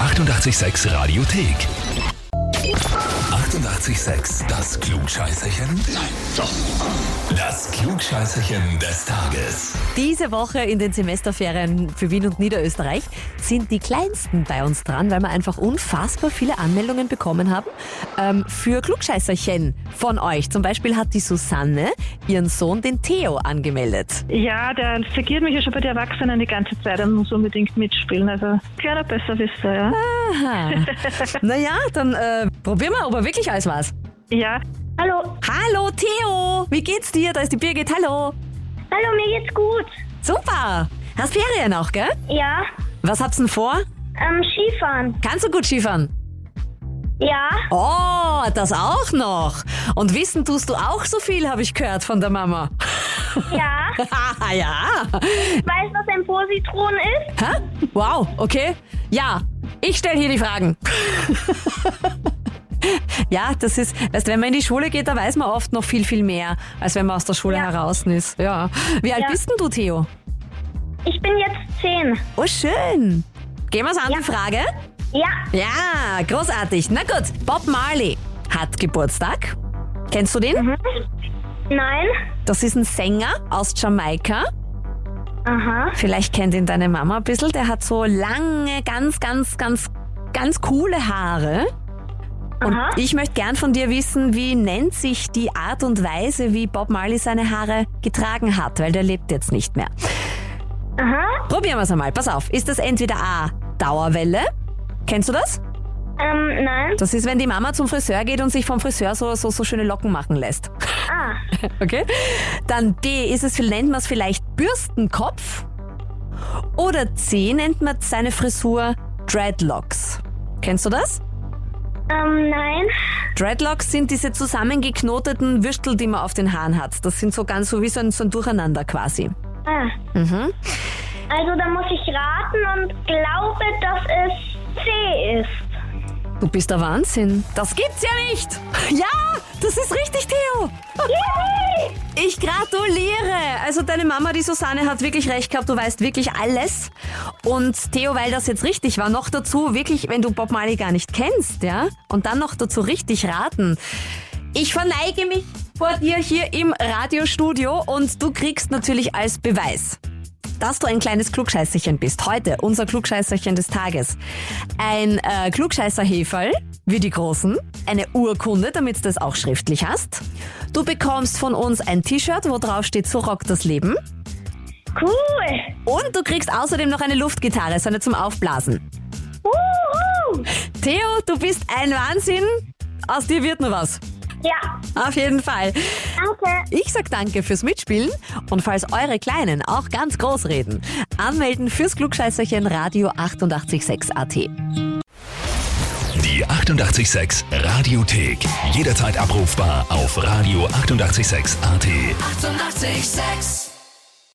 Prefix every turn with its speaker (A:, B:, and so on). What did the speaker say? A: 886 Radiothek. 88,6. Das Klugscheißerchen? Nein, doch. Das Klugscheißerchen des Tages.
B: Diese Woche in den Semesterferien für Wien und Niederösterreich sind die kleinsten bei uns dran, weil wir einfach unfassbar viele Anmeldungen bekommen haben ähm, für Klugscheißerchen von euch. Zum Beispiel hat die Susanne ihren Sohn, den Theo, angemeldet.
C: Ja, der vergiert mich ja schon bei den Erwachsenen die ganze Zeit und muss unbedingt mitspielen. Also kleiner Besserwisser, ja.
B: Aha. naja, dann äh, probieren wir, ob er wirklich alles war's.
C: Ja.
D: Hallo,
B: Hallo Theo, wie geht's dir? Da ist die Birgit. Hallo.
D: hallo, mir geht's gut.
B: Super. Hast Ferien auch, gell?
D: Ja,
B: Was habt's denn vor?
D: ähm, Skifahren.
B: Kannst du gut Skifahren?
D: Ja,
B: Oh, das auch noch. Und wissen tust du auch so viel, habe ich gehört von der Mama.
D: ja.
B: ja.
D: Weißt du, was ein Positron ist?
B: Hä? Wow, okay. Ja, ich stelle hier die Fragen. ja, das ist, weißt, wenn man in die Schule geht, da weiß man oft noch viel, viel mehr, als wenn man aus der Schule
D: Ja.
B: heraus ist. Ja. Wie alt
D: Ja.
B: bist denn du, Theo?
D: Ich bin jetzt zehn.
B: Oh, schön. Gehen wir's an
D: Ja.
B: die Frage?
D: Ja,
B: Ja, großartig. Na gut, Bob Marley hat Geburtstag. Kennst du den?
D: Mhm. nein.
B: Das ist ein Sänger aus Jamaika.
D: Aha,
B: Vielleicht kennt ihn deine Mama ein bisschen. Der hat so lange, ganz, ganz, ganz, ganz coole Haare. Und
D: aha.
B: ich möchte gern von dir wissen, wie nennt sich die Art und Weise, wie Bob Marley seine Haare getragen hat, weil der lebt jetzt nicht mehr.
D: Aha,
B: Probieren wir es einmal. Pass auf. Ist das entweder A, Dauerwelle? Kennst du das?
D: ähm, nein.
B: Das ist, wenn die Mama zum Friseur geht und sich vom Friseur so, so, so schöne Locken machen lässt.
D: Ah,
B: Okay. Dann B, ist es, nennt man es vielleicht Bürstenkopf? Oder C, nennt man seine Frisur Dreadlocks. Kennst du das?
D: ähm, nein.
B: Dreadlocks sind diese zusammengeknoteten Würstel, die man auf den Haaren hat. Das sind so ganz so wie so ein, so ein Durcheinander quasi.
D: Ah. Also, da muss ich raten und glaube, dass es C ist.
B: Du bist der Wahnsinn. Das gibt's ja nicht. Ja, das ist richtig, Theo.
D: Juhu!
B: Ich gratuliere! Also deine Mama, die Susanne, hat wirklich recht gehabt. Du weißt wirklich alles. Und Theo, weil das jetzt richtig war, noch dazu wirklich, wenn du Bob Marley gar nicht kennst, ja, und dann noch dazu richtig raten. Ich verneige mich vor dir hier im Radiostudio und du kriegst natürlich als Beweis, dass du ein kleines Klugscheißerchen bist. Heute unser Klugscheißerchen des Tages. Ein äh, Klugscheißerheferl, wie die Großen. Eine Urkunde, damit du das auch schriftlich hast. Du bekommst von uns ein T-Shirt, wo drauf steht, so rockt das Leben.
D: Cool!
B: Und du kriegst außerdem noch eine Luftgitarre, so eine zum Aufblasen.
D: Wuhu!
B: Theo, du bist ein Wahnsinn. Aus dir wird nur was.
D: Ja,
B: Auf jeden Fall.
D: danke.
B: Ich sag danke fürs Mitspielen und falls eure Kleinen auch ganz groß reden, anmelden fürs Klugscheißerchen Radio 886 AT.
A: Die 88,6 Radiothek. Jederzeit abrufbar auf radio886.at. 88,6.
E: Eighty-eight, sex.